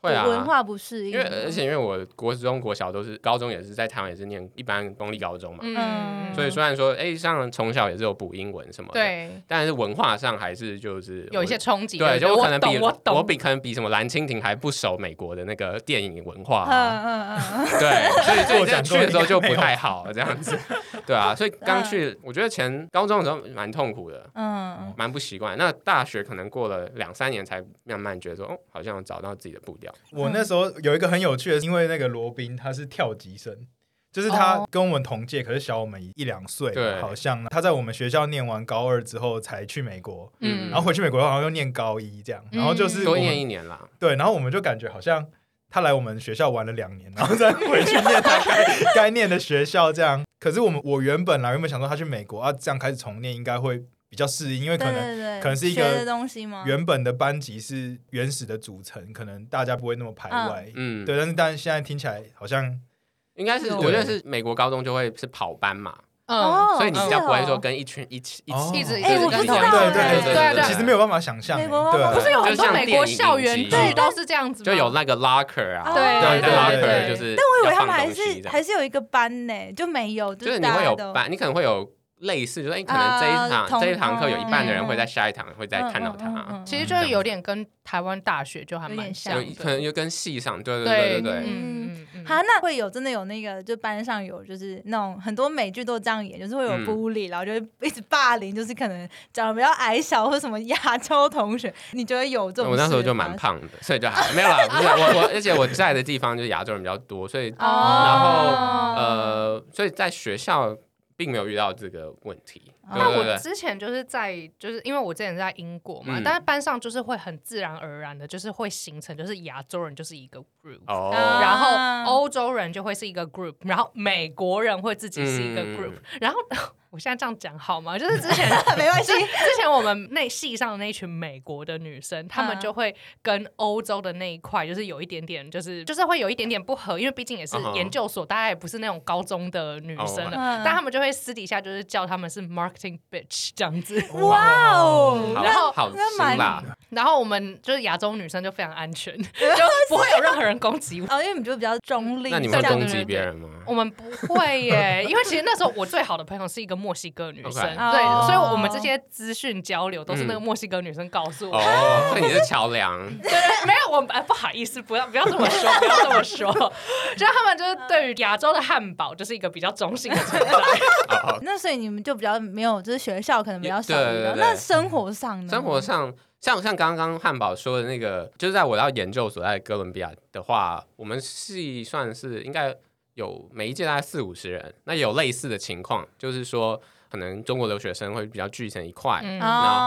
Speaker 4: 会啊，
Speaker 2: 文化不适应
Speaker 4: 因
Speaker 2: 吗。
Speaker 4: 为而且因为我国中、国小都是，高中也是在台湾也是念一般公立高中嘛，
Speaker 1: 嗯，
Speaker 4: 所以虽然说，哎，像从小也是有补英文什么的，，
Speaker 1: 对，
Speaker 4: 但是文化上还是就是
Speaker 1: 有一些冲击。
Speaker 4: 对，就
Speaker 1: 我
Speaker 4: 我可能比
Speaker 1: 懂我懂，
Speaker 4: 比可能比什么蓝蜻蜓还不熟美国的那个电影文化
Speaker 2: 嗯
Speaker 4: 啊、
Speaker 2: 嗯嗯嗯，
Speaker 4: 对，所以所以
Speaker 3: 我
Speaker 4: 这
Speaker 3: 想
Speaker 4: 去的时候
Speaker 3: 说
Speaker 4: 就不
Speaker 3: 你
Speaker 4: 太好这 样子，对啊，所以
Speaker 1: 嗯
Speaker 4: 刚去，我觉得前高中的时候蛮痛苦的。
Speaker 3: 哦
Speaker 2: 嗯，
Speaker 4: 蛮不习惯，那大学可能过了两三年才慢慢觉得说，哦，好像找到自己的步调。
Speaker 3: 我那时候有一个很有趣的，因为那个罗宾他是跳级生，就是他跟我们同届，可是小我们一两岁
Speaker 4: 对，
Speaker 3: 好像他在我们学校念完高二之后才去美国，
Speaker 1: 嗯，
Speaker 4: 嗯
Speaker 3: 然后回去美国好像又念高一这样，然后就是我
Speaker 4: 多
Speaker 3: 们
Speaker 4: 念一年啦，
Speaker 3: 对，然后我们就感觉好像他来我们学校玩了两年，然后再回去念他 该该念的学校这样。可是我们我原本来原本想说他去美国啊，这样开始重念应该会比较适应，因为
Speaker 2: 对
Speaker 3: 可能
Speaker 2: 对对，
Speaker 3: 可能是一
Speaker 2: 学
Speaker 3: 个
Speaker 2: 的东西吗？
Speaker 3: 原本的班级是原始的组成，可能大家不会那么排外。
Speaker 4: 嗯，
Speaker 3: 对，但是但是现在听起来好像
Speaker 4: 应该是
Speaker 1: 有
Speaker 4: 我觉得是美国高中就会是跑班嘛，
Speaker 1: 嗯，
Speaker 2: 哦，
Speaker 4: 所以你比较不会
Speaker 2: 是
Speaker 4: 说
Speaker 2: 哦
Speaker 4: 跟一群一起一
Speaker 3: 哦
Speaker 4: 起
Speaker 1: 一直
Speaker 4: 就是
Speaker 1: 一直
Speaker 4: 跟
Speaker 1: 跟
Speaker 4: 一
Speaker 1: 同
Speaker 4: 样
Speaker 1: 学
Speaker 2: 对对对
Speaker 3: 对
Speaker 1: 对对，
Speaker 3: 其实没有办法想象、
Speaker 2: 美
Speaker 3: 欸，
Speaker 2: 国
Speaker 3: 对
Speaker 2: 吗
Speaker 3: 啊，
Speaker 1: 不是有很
Speaker 4: 就
Speaker 1: 多
Speaker 4: 像
Speaker 1: 美国
Speaker 4: 电影
Speaker 1: 校
Speaker 4: 影
Speaker 1: 园
Speaker 4: 集
Speaker 1: 剧
Speaker 2: 对
Speaker 1: 都
Speaker 2: 但
Speaker 1: 是这样子吗，
Speaker 4: 就有那个 locker 啊，
Speaker 2: 对
Speaker 4: 然后你在
Speaker 1: 对
Speaker 4: locker
Speaker 1: 对
Speaker 4: 就是，
Speaker 2: 但我以为他们
Speaker 4: 放
Speaker 2: 还
Speaker 4: 东西
Speaker 2: 是
Speaker 4: 这样
Speaker 2: 还是有一个班呢，就没有，
Speaker 4: 就是是你
Speaker 2: 大
Speaker 4: 会
Speaker 2: 家
Speaker 4: 有
Speaker 2: 都
Speaker 4: 班，你可能会有类似，就是哎，可能这一
Speaker 2: 啊
Speaker 4: 堂
Speaker 2: 同
Speaker 4: 这一堂课有一半的人
Speaker 2: 嗯
Speaker 4: 会在下一堂会再看到他，
Speaker 1: 其实就有点跟台湾大学就还蛮像
Speaker 4: 嗯有
Speaker 1: 的，
Speaker 4: 可能又跟系上，
Speaker 1: 对
Speaker 4: 对对对对对，
Speaker 1: 嗯嗯嗯
Speaker 2: 哈，那会有真的有那个，就班上有就是那种很多美剧都这样演，就是会有
Speaker 4: 嗯
Speaker 2: bully，、然后就会一直霸凌，就是可能长得比较矮小或什么亚洲同学，你觉得有这种？
Speaker 4: 我那时候就蛮，胖的，所以就还没有啦，不是啊我我，而且我在的地方就是亚洲人比较多，所以
Speaker 2: 哦、
Speaker 4: 然后
Speaker 1: 嗯
Speaker 4: 呃，所以在学校并没有遇到这个问题，
Speaker 2: 哦
Speaker 4: 对
Speaker 1: 那
Speaker 4: 对
Speaker 1: 我
Speaker 4: 对。
Speaker 1: 之前就是在，就是因为我之前在英国嘛，
Speaker 4: 嗯
Speaker 1: 但是班上就是会很自然而然的，就是会形成就是亚洲人就是一个 group，、
Speaker 4: 哦，
Speaker 2: 啊
Speaker 1: 然后欧洲人就会是一个 group，然后美国人会自己是一个
Speaker 4: 嗯
Speaker 1: group，、然后我现在这样讲好吗？ 就是之前
Speaker 2: 没关系
Speaker 1: 之，之前我们那系上的那一群美国的女生，她
Speaker 2: 嗯
Speaker 1: 们就会跟欧洲的那一块，就是有一点点，就是就是会有一点点不合，因为毕竟也是
Speaker 4: 嗯哼哦
Speaker 1: 研究所，大家也不是那种高中的女生了，
Speaker 2: 嗯
Speaker 1: 但她们就会私底下就是叫她们是 marketing bitch 这样 子。
Speaker 2: 哇哦，
Speaker 4: 好
Speaker 2: 那
Speaker 1: 后
Speaker 4: 好
Speaker 2: 那
Speaker 4: 辛
Speaker 2: 蛮
Speaker 4: 辣，
Speaker 1: 然后我们就是亚洲女生就非常安 全，就不会有任何人攻击我。
Speaker 2: 哦，因为你们就比较中立，
Speaker 4: 那你们
Speaker 2: 这样
Speaker 4: 会攻
Speaker 2: 的
Speaker 4: 击
Speaker 2: 人
Speaker 4: 别人吗？
Speaker 1: 我们不会耶，因为其实那时候我最好的朋友是一个墨西哥女生
Speaker 4: OK 嗯
Speaker 2: 哦
Speaker 1: 对，所以我们这些资讯交流都是那个墨西哥女生告诉我。
Speaker 4: 哦，所以你是桥 梁，
Speaker 1: 对对， 没有，我哎不好意思，不要不要这么说，不要这么说，就是他们就是对于亚洲的汉堡就是一个比较中性的存在。
Speaker 4: 哦，
Speaker 2: 那所以你们就比较没有，就是学校可能比较少遇到。
Speaker 4: 对对对
Speaker 2: 那生活上呢？
Speaker 4: 生活上，像像刚刚汉堡说的那个，就是在我要研究所在哥伦比亚的话，我们系算是应该有每一届大概四五十人，那有类似的情况，就是说可能中国留学生会比较聚成一块，
Speaker 1: 嗯
Speaker 4: 然
Speaker 2: 哦，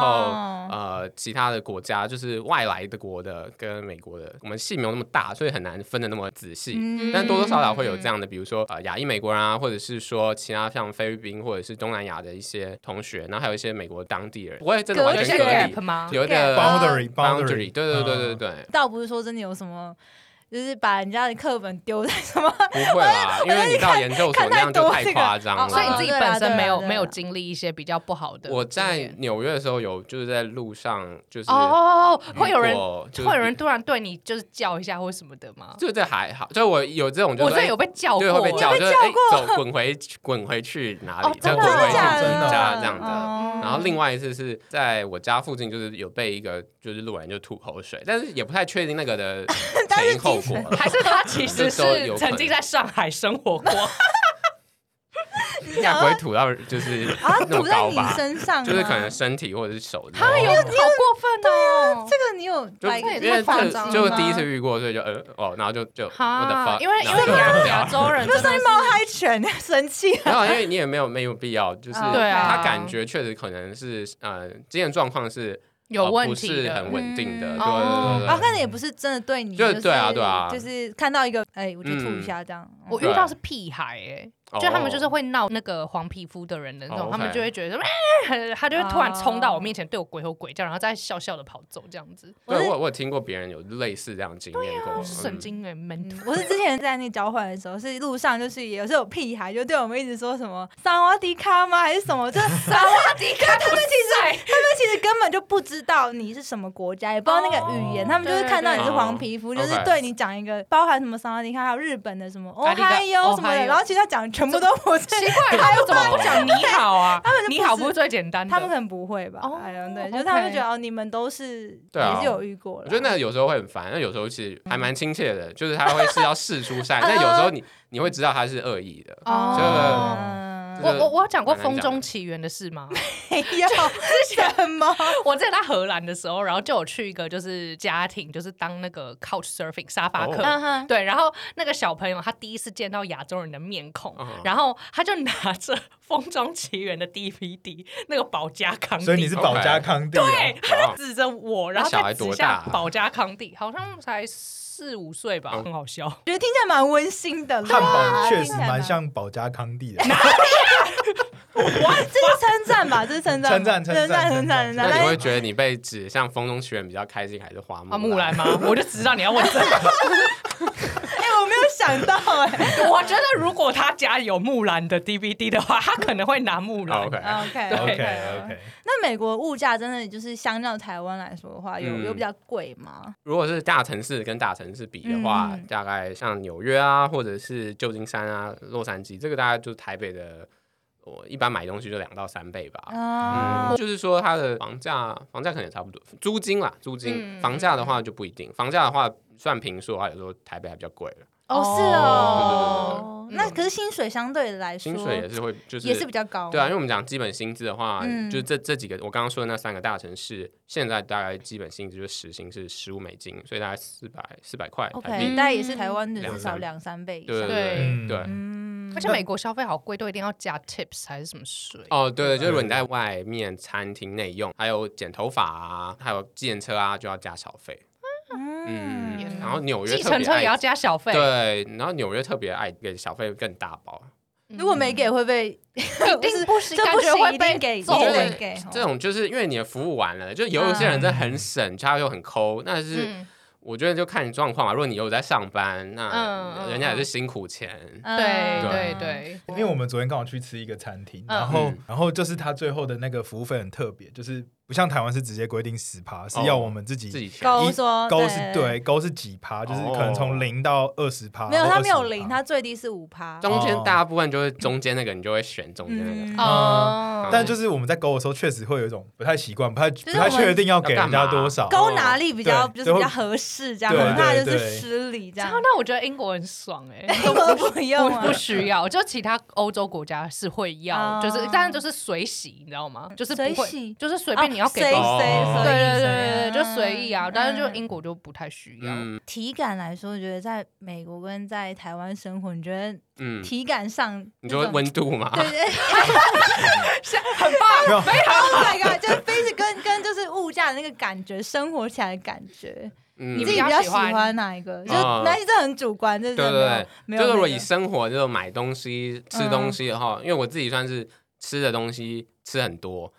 Speaker 4: 后呃，其他的国家就是外来的国的跟美国的，我们系没有那么大，所以很难分的那么仔细。
Speaker 2: 嗯
Speaker 4: 但多多少少会有这样的，比如说呃亚裔美国人啊，或者是说其他像菲律宾或者是东南亚的一些同学，然后还有一些美国当地人，不会真的完
Speaker 1: 有一
Speaker 4: 全
Speaker 1: 些
Speaker 4: 隔
Speaker 1: gap
Speaker 4: 离，
Speaker 1: 吗？
Speaker 4: 有一
Speaker 1: 哦
Speaker 4: 个
Speaker 3: boundary
Speaker 4: 啊 boundary，对对对对对
Speaker 3: 对，
Speaker 4: 对，
Speaker 2: 倒不是说真的有什么，就是把人家的课本丢在什么，
Speaker 4: 不会啦，因为你到研究所那样就太夸张
Speaker 2: 看太多这个哦
Speaker 1: 所以你自己
Speaker 4: 了。
Speaker 1: 本身没
Speaker 2: 哦
Speaker 1: 有
Speaker 2: 对啊对啊对啊
Speaker 1: 没有经历一些比较不好的经验。
Speaker 4: 我在纽约的时候有就是在路上就是
Speaker 1: 哦，会有人
Speaker 4: 遇过就是
Speaker 1: 会有人突然对你就是叫一下或什么的吗？
Speaker 4: 就这还好，就我有这种就
Speaker 1: 我
Speaker 4: 是
Speaker 1: 真的
Speaker 4: 哎
Speaker 1: 有被叫
Speaker 4: 对
Speaker 1: 过，
Speaker 4: 会被叫，
Speaker 2: 你
Speaker 4: 就
Speaker 2: 被
Speaker 4: 是
Speaker 2: 叫
Speaker 4: 哎
Speaker 2: 过
Speaker 4: 走滚回滚回去哪
Speaker 1: 哦
Speaker 4: 里，就
Speaker 1: 真
Speaker 4: 滚
Speaker 1: 的
Speaker 4: 回
Speaker 1: 啊
Speaker 4: 你
Speaker 1: 假
Speaker 4: 自
Speaker 1: 的
Speaker 4: 己家这样的。
Speaker 2: 哦
Speaker 4: 然后另外一次是在我家附近，就是有被一个就是路人就吐口水，但是也不太确定那个的前因后果。
Speaker 1: 还是他其实
Speaker 4: 这都有
Speaker 1: 是
Speaker 4: 可能
Speaker 1: 曾经在上海生活过？
Speaker 4: 应该不会吐到就是
Speaker 2: 啊
Speaker 4: 那
Speaker 2: 堵
Speaker 4: 么
Speaker 2: 在
Speaker 4: 高
Speaker 2: 你
Speaker 4: 吧？
Speaker 2: 身上吗，啊
Speaker 4: 就是可能身体或者是手之类
Speaker 1: 他有
Speaker 4: 的。
Speaker 1: 好过分哦！
Speaker 2: 这个你有
Speaker 4: 就
Speaker 2: 来
Speaker 1: 这也
Speaker 4: 因
Speaker 1: 太
Speaker 4: 为
Speaker 1: 夸
Speaker 2: 张
Speaker 4: 就
Speaker 2: 了吗
Speaker 4: 就 第一次遇过，所以就呃哦，然后就就我的
Speaker 1: 哈
Speaker 4: 发，，
Speaker 1: 因为因
Speaker 4: 然后
Speaker 1: 为
Speaker 4: 就
Speaker 1: 亚
Speaker 4: 掉
Speaker 1: 亚洲人
Speaker 2: 就
Speaker 1: 真的
Speaker 2: 上
Speaker 1: 是
Speaker 2: 去猫嗨拳， 生气啊
Speaker 4: 没有，因为你也没有没有必要，就是
Speaker 2: 啊对啊
Speaker 4: 他感觉确实可能是呃，之前状况是
Speaker 1: 有
Speaker 4: 呃
Speaker 1: 问
Speaker 4: 不
Speaker 1: 题
Speaker 4: 是
Speaker 1: 的
Speaker 4: 很。稳定的，
Speaker 1: 嗯
Speaker 4: 对对对
Speaker 2: 然
Speaker 4: 对
Speaker 2: 后但也不是真的对你，
Speaker 4: 就是
Speaker 2: 是
Speaker 4: 对啊对啊嗯
Speaker 2: 就是看到一个哎，我就吐一下这样。嗯
Speaker 1: 我遇到是屁孩哎、
Speaker 4: 对，
Speaker 1: 就他们就是
Speaker 4: 哦
Speaker 1: 会闹那个黄皮肤的人的那种
Speaker 4: 哦，OK
Speaker 1: 他们就会觉得，哎 他就会突然冲到我面前对我鬼吼鬼叫，然后再笑笑的跑走这样子，
Speaker 2: 我
Speaker 4: 对
Speaker 2: 是
Speaker 4: 我我有听过别人有类似这样的经验过，嗯
Speaker 1: 啊神经哎、门徒
Speaker 2: 嗯我是之前在那交换的时候，是路上就是也是有屁孩，就对我们一直说什么“萨瓦迪卡”吗？还是什么？就是
Speaker 1: 嗯
Speaker 2: 萨瓦迪卡，他们其实他们其实根本就不知道你是什么国家，也不知道那个语言，
Speaker 1: 哦
Speaker 2: 他们就是看到你是黄皮肤，
Speaker 4: 对
Speaker 2: 就
Speaker 4: 对对
Speaker 2: 是对你讲一个包含什么萨瓦迪卡，还有日本的什么哦
Speaker 1: 阿里嘎
Speaker 2: 嗨哟什么
Speaker 1: 哦嗨
Speaker 2: 的，
Speaker 1: 哟
Speaker 2: 然后其实他讲的全部都不是，
Speaker 1: 奇怪，他又怎么不讲你好啊？
Speaker 2: 他们就不
Speaker 1: 你
Speaker 2: 是
Speaker 1: 好不是最简单的？
Speaker 2: 他们可能不会吧
Speaker 1: 哦？
Speaker 2: 哎呀，对，
Speaker 1: OK
Speaker 2: 就是他们觉得哦，你们都是
Speaker 4: 对啊
Speaker 2: 也是有遇过
Speaker 4: 我
Speaker 2: 了。
Speaker 4: 觉得那有时候会很烦，那有时候其实还
Speaker 1: 嗯
Speaker 4: 蛮亲切的，就是他会是要试 出善意，但有时候你你会知道他是恶意的，
Speaker 1: 哦
Speaker 4: 这个
Speaker 2: 嗯
Speaker 4: 这
Speaker 1: 我
Speaker 4: 个
Speaker 1: 我我有讲过《
Speaker 4: 很难
Speaker 1: 风
Speaker 4: 讲
Speaker 1: 中奇缘》的事吗？
Speaker 2: 没 有什么
Speaker 1: 我之前在荷兰的时候，然后就有去一个就是家庭，就是当那个 couch surfing 沙发客。
Speaker 4: 哦
Speaker 2: 嗯 哼
Speaker 1: 对，然后那个小朋友他第一次见到亚洲人的面孔，
Speaker 4: 嗯
Speaker 1: 然后他就拿着《风中奇缘》的 DVD 那个保加康帝，
Speaker 3: 所以你是保加康帝哦，
Speaker 1: 对，他就指着我，然后
Speaker 4: 那小孩
Speaker 1: 再指
Speaker 4: 多大
Speaker 1: 向
Speaker 4: 啊
Speaker 1: 保加康帝，好像才四五岁吧，
Speaker 4: 嗯
Speaker 1: 很好笑。
Speaker 2: 觉得听起来蛮温馨的啦。
Speaker 3: 汉堡确实
Speaker 2: 听起来
Speaker 3: 蛮，像保加康帝的，
Speaker 2: 这是称赞吧？这是称赞吧，
Speaker 3: 称赞称赞
Speaker 2: 称赞，称
Speaker 3: 称
Speaker 2: 赞，称
Speaker 3: 赞
Speaker 4: 那你会
Speaker 2: 赞。
Speaker 4: 觉得你被指向风中奇缘比较开心，还是花木哦
Speaker 1: 啊，木兰？吗？ 我就知道你要问这 个。
Speaker 2: 哎，我没有想到，哎
Speaker 1: 我觉得如果他家有木兰的 DVD 的话，他可能会拿木兰。
Speaker 4: 哦
Speaker 1: 嗯
Speaker 4: OK，
Speaker 2: ，OK
Speaker 1: 对
Speaker 3: OK OK，
Speaker 2: 那美国物价真的就是相较台湾来说的话，有
Speaker 4: 嗯
Speaker 2: 有比较贵吗？
Speaker 4: 如果是大城市跟大城市比的话，
Speaker 2: 嗯
Speaker 4: 大概像纽约啊，或者是旧金山啊、洛杉矶，这个大概就是台北的，我一般买东西就两到三倍吧。
Speaker 2: 啊
Speaker 4: 嗯，，就是说它的房价，房价可能也差不多，租金啦，租金，
Speaker 1: 嗯
Speaker 4: 房价的话就不一定，房价的话算平数的话，有时候台北还比较贵了，
Speaker 2: 哦，是哦
Speaker 1: 哦。对对对对
Speaker 2: 那可是薪水相对来说
Speaker 4: 薪水也是会就是
Speaker 2: 也是比较高，
Speaker 4: 对啊，因为我们讲基本薪资的话，
Speaker 2: 嗯
Speaker 4: 就是这这几个我刚刚说的那三个大城市，现在大概基本薪资就是时薪是十五美金，所以大概四百四百块台
Speaker 2: OK，
Speaker 4: 币。
Speaker 2: 大概也是台湾的至少
Speaker 4: 嗯
Speaker 2: 两三倍以
Speaker 4: 对
Speaker 2: 上。
Speaker 1: 对
Speaker 4: 对对。
Speaker 2: 嗯
Speaker 1: 而且美国消费好贵，都一定要加 tips 还是什么税？
Speaker 4: 哦，对，就是如果你在外面餐厅内用，还有剪头发啊，还有计程车啊，就要加小费。嗯，
Speaker 1: 天哪
Speaker 4: 然后纽约
Speaker 1: 计
Speaker 4: 特
Speaker 1: 程
Speaker 4: 别
Speaker 1: 车也要
Speaker 4: 爱，
Speaker 1: 加小费，
Speaker 4: 对，然后纽约特别爱给小费更大包。
Speaker 1: 嗯
Speaker 2: 如果没给会被
Speaker 1: 一定不行，
Speaker 2: 这
Speaker 1: 感
Speaker 2: 不
Speaker 1: 觉
Speaker 2: 行
Speaker 1: 会
Speaker 2: 一
Speaker 1: 被
Speaker 2: 定给
Speaker 1: 揍
Speaker 2: 一定
Speaker 4: 因
Speaker 2: 得
Speaker 1: 欸
Speaker 4: 为
Speaker 2: 给哦
Speaker 4: 这种就是因为你的服务完了，就有一些人真的很省，他又很抠，那是。
Speaker 1: 嗯
Speaker 4: 我觉得就看你状况嘛。如果你有在上班，那
Speaker 1: 嗯
Speaker 4: 人家也是辛苦钱。
Speaker 1: 对对
Speaker 2: 嗯
Speaker 4: 啊
Speaker 1: 对，
Speaker 3: 因为我们昨天刚好去吃一个餐厅，
Speaker 1: 嗯
Speaker 3: 然后
Speaker 4: 嗯
Speaker 3: 然后就是他最后的那个服务费很特别，就是。不像台湾是直接规定十趴，是
Speaker 4: 哦
Speaker 3: 要我们自己
Speaker 4: 自己
Speaker 1: 嗯
Speaker 4: 填。
Speaker 2: 勾
Speaker 3: 一
Speaker 2: 说哦
Speaker 3: 勾
Speaker 2: 对对
Speaker 3: 是对勾是几趴，就是可能
Speaker 4: 哦
Speaker 3: 从零到二十趴，
Speaker 2: 没有，
Speaker 3: 或
Speaker 4: 啊
Speaker 2: 他没有
Speaker 3: 25%
Speaker 2: 零，他最低是五趴。
Speaker 4: 中间
Speaker 3: 哦
Speaker 4: 大部分就是中间那个，你就会选中间那个。
Speaker 2: 嗯
Speaker 1: 哦，
Speaker 3: 但就是我们在勾的时候，确实会有一种不太习惯，不太不
Speaker 2: 是
Speaker 3: 太
Speaker 2: 我们
Speaker 3: 确定要给人
Speaker 4: 要
Speaker 3: 家
Speaker 4: 干嘛
Speaker 3: 多少。
Speaker 2: 勾哪里比较就
Speaker 3: 对
Speaker 2: 是比
Speaker 3: 最
Speaker 2: 较
Speaker 3: 后
Speaker 2: 合适，这样
Speaker 3: 对
Speaker 2: 很怕就
Speaker 3: 对
Speaker 2: 是
Speaker 3: 对
Speaker 2: 失礼这
Speaker 1: 这
Speaker 2: 样
Speaker 1: 样。啊那我觉得英国很爽哎、
Speaker 2: 英国 不用
Speaker 1: 不
Speaker 2: 啊
Speaker 1: 不需要，就其他欧洲国家是会要，
Speaker 2: 哦
Speaker 1: 就是但是就是随喜，你知道吗？就是不
Speaker 2: 随
Speaker 1: 会
Speaker 2: 喜，
Speaker 1: 就是随便你要给多
Speaker 2: 啊随
Speaker 1: 少。
Speaker 4: 哦
Speaker 1: 对
Speaker 2: 随随意
Speaker 1: 对对对对，
Speaker 2: 嗯
Speaker 1: 就随意啊。但是就
Speaker 2: 嗯
Speaker 1: 英国就不太需要。
Speaker 4: 嗯
Speaker 2: 体感来说，我觉得在美国跟在台湾生活，你觉得
Speaker 4: 嗯，
Speaker 2: 体感上
Speaker 4: 你说啊温度嘛？
Speaker 2: 对对
Speaker 1: 很 棒，
Speaker 3: 没有
Speaker 2: ，Oh my god，就是非是跟跟就是物价的那个感觉，生活起来的感觉，
Speaker 4: 嗯
Speaker 2: 你
Speaker 1: 你
Speaker 2: 自
Speaker 1: 比
Speaker 2: 己
Speaker 1: 较
Speaker 2: 比较
Speaker 1: 喜
Speaker 2: 喜
Speaker 1: 欢
Speaker 2: 欢哪一个？就
Speaker 4: 哦
Speaker 2: 那这很主观，这
Speaker 4: 对对对
Speaker 2: 是没有
Speaker 4: 就
Speaker 2: 没有嗯那
Speaker 4: 是我以
Speaker 2: 个
Speaker 4: 生活这种买东西、吃东西的话，因为我自己算是吃的东西吃很 多，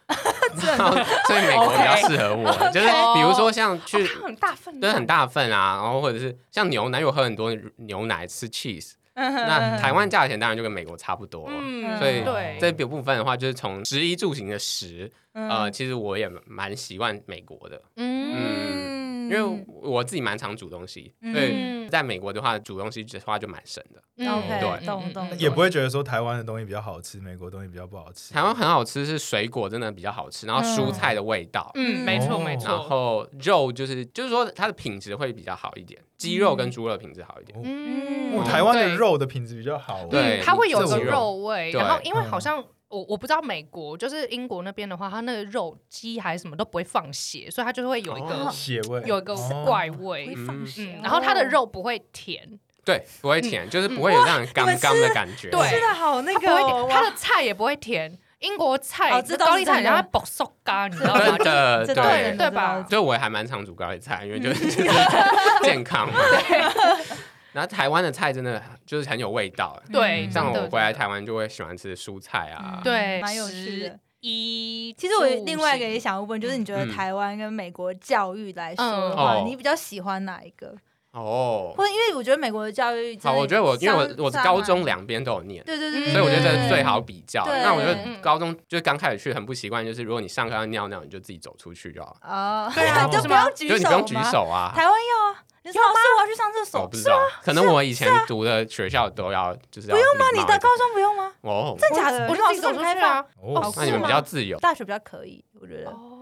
Speaker 4: 然后所以美国比较适合我。就是
Speaker 2: 哦
Speaker 4: 比如说像去，
Speaker 1: 他很大份
Speaker 4: 真的
Speaker 1: 量，
Speaker 4: 很大份啊，然后或者是像牛奶，因为我喝很多牛奶吃 cheese，
Speaker 2: 嗯哼
Speaker 4: 那台湾价钱当然就跟美国差不多。
Speaker 1: 嗯，
Speaker 2: 所以
Speaker 1: 对，
Speaker 4: 这部分的话，就是从食衣住行的食，
Speaker 2: 嗯
Speaker 4: 呃，其实我也蛮习惯美国的，
Speaker 1: 嗯
Speaker 4: 嗯因为我自己蛮常煮东西，
Speaker 2: 嗯
Speaker 4: 所以在美国的话，煮东西的话就蛮省的。
Speaker 1: 嗯
Speaker 2: OK，
Speaker 1: 对
Speaker 2: 懂
Speaker 1: 嗯
Speaker 2: 懂
Speaker 1: 嗯嗯
Speaker 3: 也不会觉得说台湾的东西比较好吃，美国东西比较不好吃。
Speaker 4: 台湾很好吃，是水果真的比较好吃，然后蔬菜的味道，
Speaker 1: 嗯，没错
Speaker 3: 哦
Speaker 1: 没
Speaker 4: 然
Speaker 1: 错，
Speaker 4: 后肉就是就是说它的品质会比较好一点，鸡肉跟猪肉品质好一点。
Speaker 1: 嗯
Speaker 3: 哦台湾的
Speaker 1: 对嗯
Speaker 3: 肉的品质比较好，啊
Speaker 4: 对
Speaker 1: 它会有一
Speaker 3: 这
Speaker 1: 个
Speaker 3: 我
Speaker 1: 肉味，
Speaker 4: 对
Speaker 1: 然后因为
Speaker 3: 嗯
Speaker 1: 好像。我我不知道美国，就是英国那边的话，它那个肉鸡还是什么都不会放血，所以它就会有一个、
Speaker 4: 哦
Speaker 3: 血味
Speaker 1: 有一个
Speaker 3: 哦
Speaker 1: 怪味，
Speaker 4: 嗯
Speaker 2: 放血哦
Speaker 1: 嗯，然后它的肉不会甜，
Speaker 4: 对，不会甜，就是不会有让人刚刚的感觉。
Speaker 1: 你们吃
Speaker 2: 吃的好那
Speaker 1: 它不
Speaker 2: 个
Speaker 1: 会
Speaker 2: 哦，
Speaker 1: 甜，它的菜也不会甜。英国菜，
Speaker 2: 哦这倒是
Speaker 1: 高丽菜，
Speaker 2: 真的
Speaker 1: 人家爆瘦嘎，你知道 吗
Speaker 4: 真？的，
Speaker 2: 这
Speaker 4: 呃对
Speaker 2: 倒是真的
Speaker 4: 对
Speaker 1: 对吧
Speaker 4: 所以我还蛮常煮高丽菜，因为就是就是健康嘛。然后台湾的菜真的就是很有味道，
Speaker 1: 对，
Speaker 3: 嗯
Speaker 1: 真
Speaker 4: 像
Speaker 1: 的
Speaker 4: 我回来，台湾就会喜欢吃蔬菜啊，
Speaker 2: 嗯
Speaker 1: 对
Speaker 2: 蛮有趣的。
Speaker 1: 一
Speaker 2: 其实我另外一个也想要问，就是你觉得
Speaker 4: 嗯
Speaker 2: 台湾跟美国教育来说的
Speaker 1: 嗯
Speaker 2: 话，
Speaker 4: 哦
Speaker 2: 你比较喜欢哪一个？
Speaker 4: 哦。
Speaker 2: 或者因为我觉得美国的教育真的
Speaker 4: 好，啊我觉得我因为
Speaker 2: 相
Speaker 4: 我我
Speaker 2: 差
Speaker 4: 高
Speaker 2: 蛮
Speaker 4: 中两边都有念，
Speaker 2: 对对对对，
Speaker 4: 所以我觉得这
Speaker 2: 对
Speaker 4: 是最好。比较。
Speaker 2: 对
Speaker 4: 那我觉得高中就是刚开始去很不习惯，就是如果你上课要尿尿，你就自己走出去就好，
Speaker 2: 哦，
Speaker 1: 对啊
Speaker 2: 就是不
Speaker 1: 吗
Speaker 2: 要举
Speaker 4: 就
Speaker 2: 手，
Speaker 4: 你不用举。手啊。
Speaker 2: 台湾要啊，你说老师我要去上厕
Speaker 4: 我
Speaker 2: 所
Speaker 4: 不，知道，可能我以前读的学校都要就是不
Speaker 2: 啊不用吗？你的高中不用吗？
Speaker 4: 哦，
Speaker 2: 真假的？
Speaker 1: 我
Speaker 2: 你
Speaker 1: 是
Speaker 2: 老
Speaker 1: 自己
Speaker 2: 师这
Speaker 1: 走
Speaker 2: 么
Speaker 1: 出
Speaker 2: 开
Speaker 1: 去
Speaker 2: 放，
Speaker 1: 啊。
Speaker 3: 哦
Speaker 1: 哦
Speaker 4: 那你们比较自由。
Speaker 2: 大学比较可以，我觉得。
Speaker 1: 哦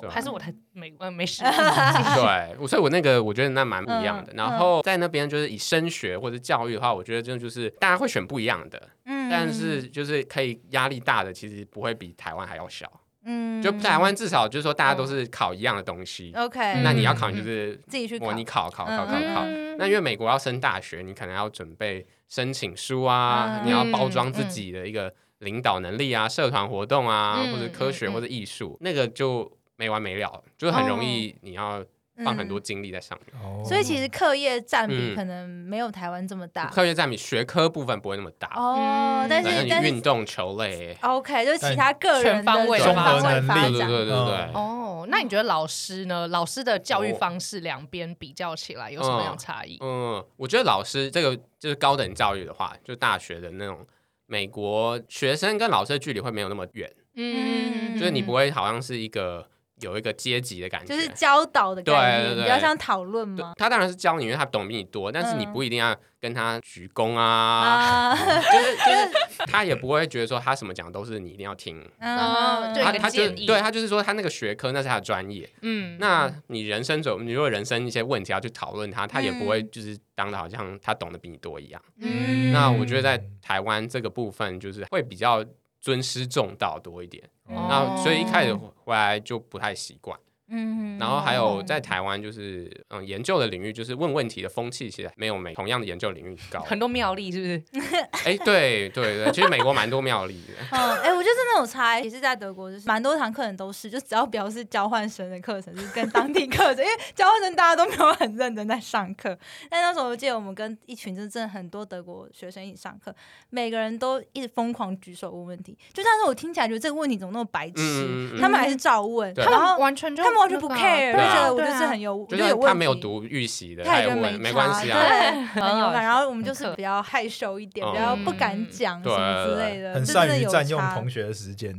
Speaker 4: 对，啊
Speaker 1: 还是我太美，呃，没 事。
Speaker 4: 对，我所以我那个我觉得那蛮不一样的。
Speaker 2: 嗯
Speaker 4: 然后在那边就是以升学或者教育的话，我觉得真的就是大家会选不一样的，
Speaker 2: 嗯
Speaker 4: 但是就是可以压力大的其实不会比台湾还要小。
Speaker 2: 嗯
Speaker 4: 就台湾至少就是说大家都是考一样的东西，
Speaker 2: OK，
Speaker 4: 那你要考你就是
Speaker 2: 自己去考
Speaker 4: 模拟考考考考
Speaker 2: 嗯
Speaker 4: 考。那因为美国要升大学，你可能要准备申请书啊，
Speaker 2: 嗯
Speaker 4: 你要包装自己的一个领导能力啊、社团活动啊，
Speaker 1: 嗯
Speaker 4: 或者科学
Speaker 1: 嗯嗯
Speaker 4: 或者艺术，那个就没完没了，就是很
Speaker 2: 哦
Speaker 4: 容易你要放
Speaker 2: 嗯
Speaker 4: 很多。精力在上面。
Speaker 3: 哦
Speaker 2: 所以其实课业占比
Speaker 4: 嗯
Speaker 2: 可能没有台湾这么大
Speaker 4: 科学占比学科部分不会那么大，
Speaker 2: 哦
Speaker 1: 嗯，
Speaker 2: 但
Speaker 4: 对那
Speaker 2: 是
Speaker 4: 你
Speaker 2: 但
Speaker 4: 运
Speaker 2: 是哦
Speaker 4: 动、球类，
Speaker 2: OK，就是其他个
Speaker 1: 全
Speaker 2: 人的
Speaker 1: 方位
Speaker 2: 全
Speaker 1: 吧
Speaker 2: 方位
Speaker 3: 综合
Speaker 2: 发
Speaker 4: 对
Speaker 3: 能
Speaker 4: 对
Speaker 2: 展。
Speaker 4: 对对对
Speaker 3: 嗯。
Speaker 1: 哦，那你觉得老师呢？老师的教育
Speaker 4: 哦
Speaker 1: 方式两边比较起来有什么样的差异？
Speaker 4: 嗯，我觉得老师这个就是高等教育的话，就大学的那种美国学生跟老师的距离会没有那么远，
Speaker 2: 嗯
Speaker 4: 就是你不会好像是一个有一个阶级的感觉，
Speaker 2: 就是教导的概
Speaker 4: 对
Speaker 2: 念，
Speaker 4: 对对
Speaker 2: 比较像讨论
Speaker 4: 对
Speaker 2: 嘛。
Speaker 4: 他当然是教你，因为他懂比你多，但是你
Speaker 2: 嗯
Speaker 4: 不一定要跟他鞠躬啊，
Speaker 2: 啊，
Speaker 4: 就是就是他也不会觉得说他什么讲都是你一定要听。
Speaker 1: 嗯就有一
Speaker 4: 他
Speaker 1: 个
Speaker 4: 他就
Speaker 1: 建议
Speaker 4: 啊对他就是说他那个学科那是他的专业，
Speaker 1: 嗯，
Speaker 4: 那你人生走，你如果人生一些问题要去讨论他，他也不会
Speaker 2: 嗯
Speaker 4: 就是当的好像他懂得比你多一样。
Speaker 1: 嗯
Speaker 4: 那我觉得在台湾这个部分就是会比较尊师重道多一点，
Speaker 3: 嗯
Speaker 1: 哦
Speaker 4: 那所以一开始回来就不太习惯。
Speaker 2: 嗯
Speaker 4: 然后还有在台湾就是嗯研究的领域，就是问问题的风气其实没有美同样的研究领域高。
Speaker 1: 很多妙丽是 不是？
Speaker 4: 哎，对对对，其实美国蛮多妙例的。
Speaker 2: 嗯，哎、我觉得真的有差、欸，也是在德国，就是蛮多堂课程都是，就只要不要是交换生的课程，就是跟当地课程，因为交换生大家都没有很认真在上课。但那时候我记得我们跟一群就是真的很多德国学生一起上课，每个人都一直疯狂举手问问题，就像是我听起来觉得这个问题怎么那么白痴，
Speaker 4: 嗯嗯嗯嗯
Speaker 2: 他们还是照问，
Speaker 4: 对
Speaker 2: 然后
Speaker 1: 完全就
Speaker 2: 他们们完全不
Speaker 1: 那个
Speaker 2: care，就
Speaker 4: 对啊
Speaker 2: 觉得我
Speaker 1: 对
Speaker 2: 就
Speaker 1: 啊
Speaker 2: 是很有，我
Speaker 4: 嗯就
Speaker 2: 有
Speaker 4: 算
Speaker 2: 问
Speaker 4: 他
Speaker 2: 题
Speaker 4: 没有，读预习的，
Speaker 2: 他
Speaker 4: 他
Speaker 2: 也
Speaker 4: 也
Speaker 2: 觉得
Speaker 4: 问，没关系
Speaker 2: 差
Speaker 4: 啊。
Speaker 2: 对， 很嗯有
Speaker 1: 好
Speaker 2: 感。然后我们就是
Speaker 1: 很可
Speaker 2: 比较害羞一点，
Speaker 4: 嗯
Speaker 2: 比较不敢讲什
Speaker 4: 对
Speaker 2: 么之类的，呃
Speaker 3: 很
Speaker 2: 这真
Speaker 3: 善
Speaker 2: 的
Speaker 3: 于
Speaker 2: 有
Speaker 3: 占用
Speaker 2: 差
Speaker 3: 同学的时 间。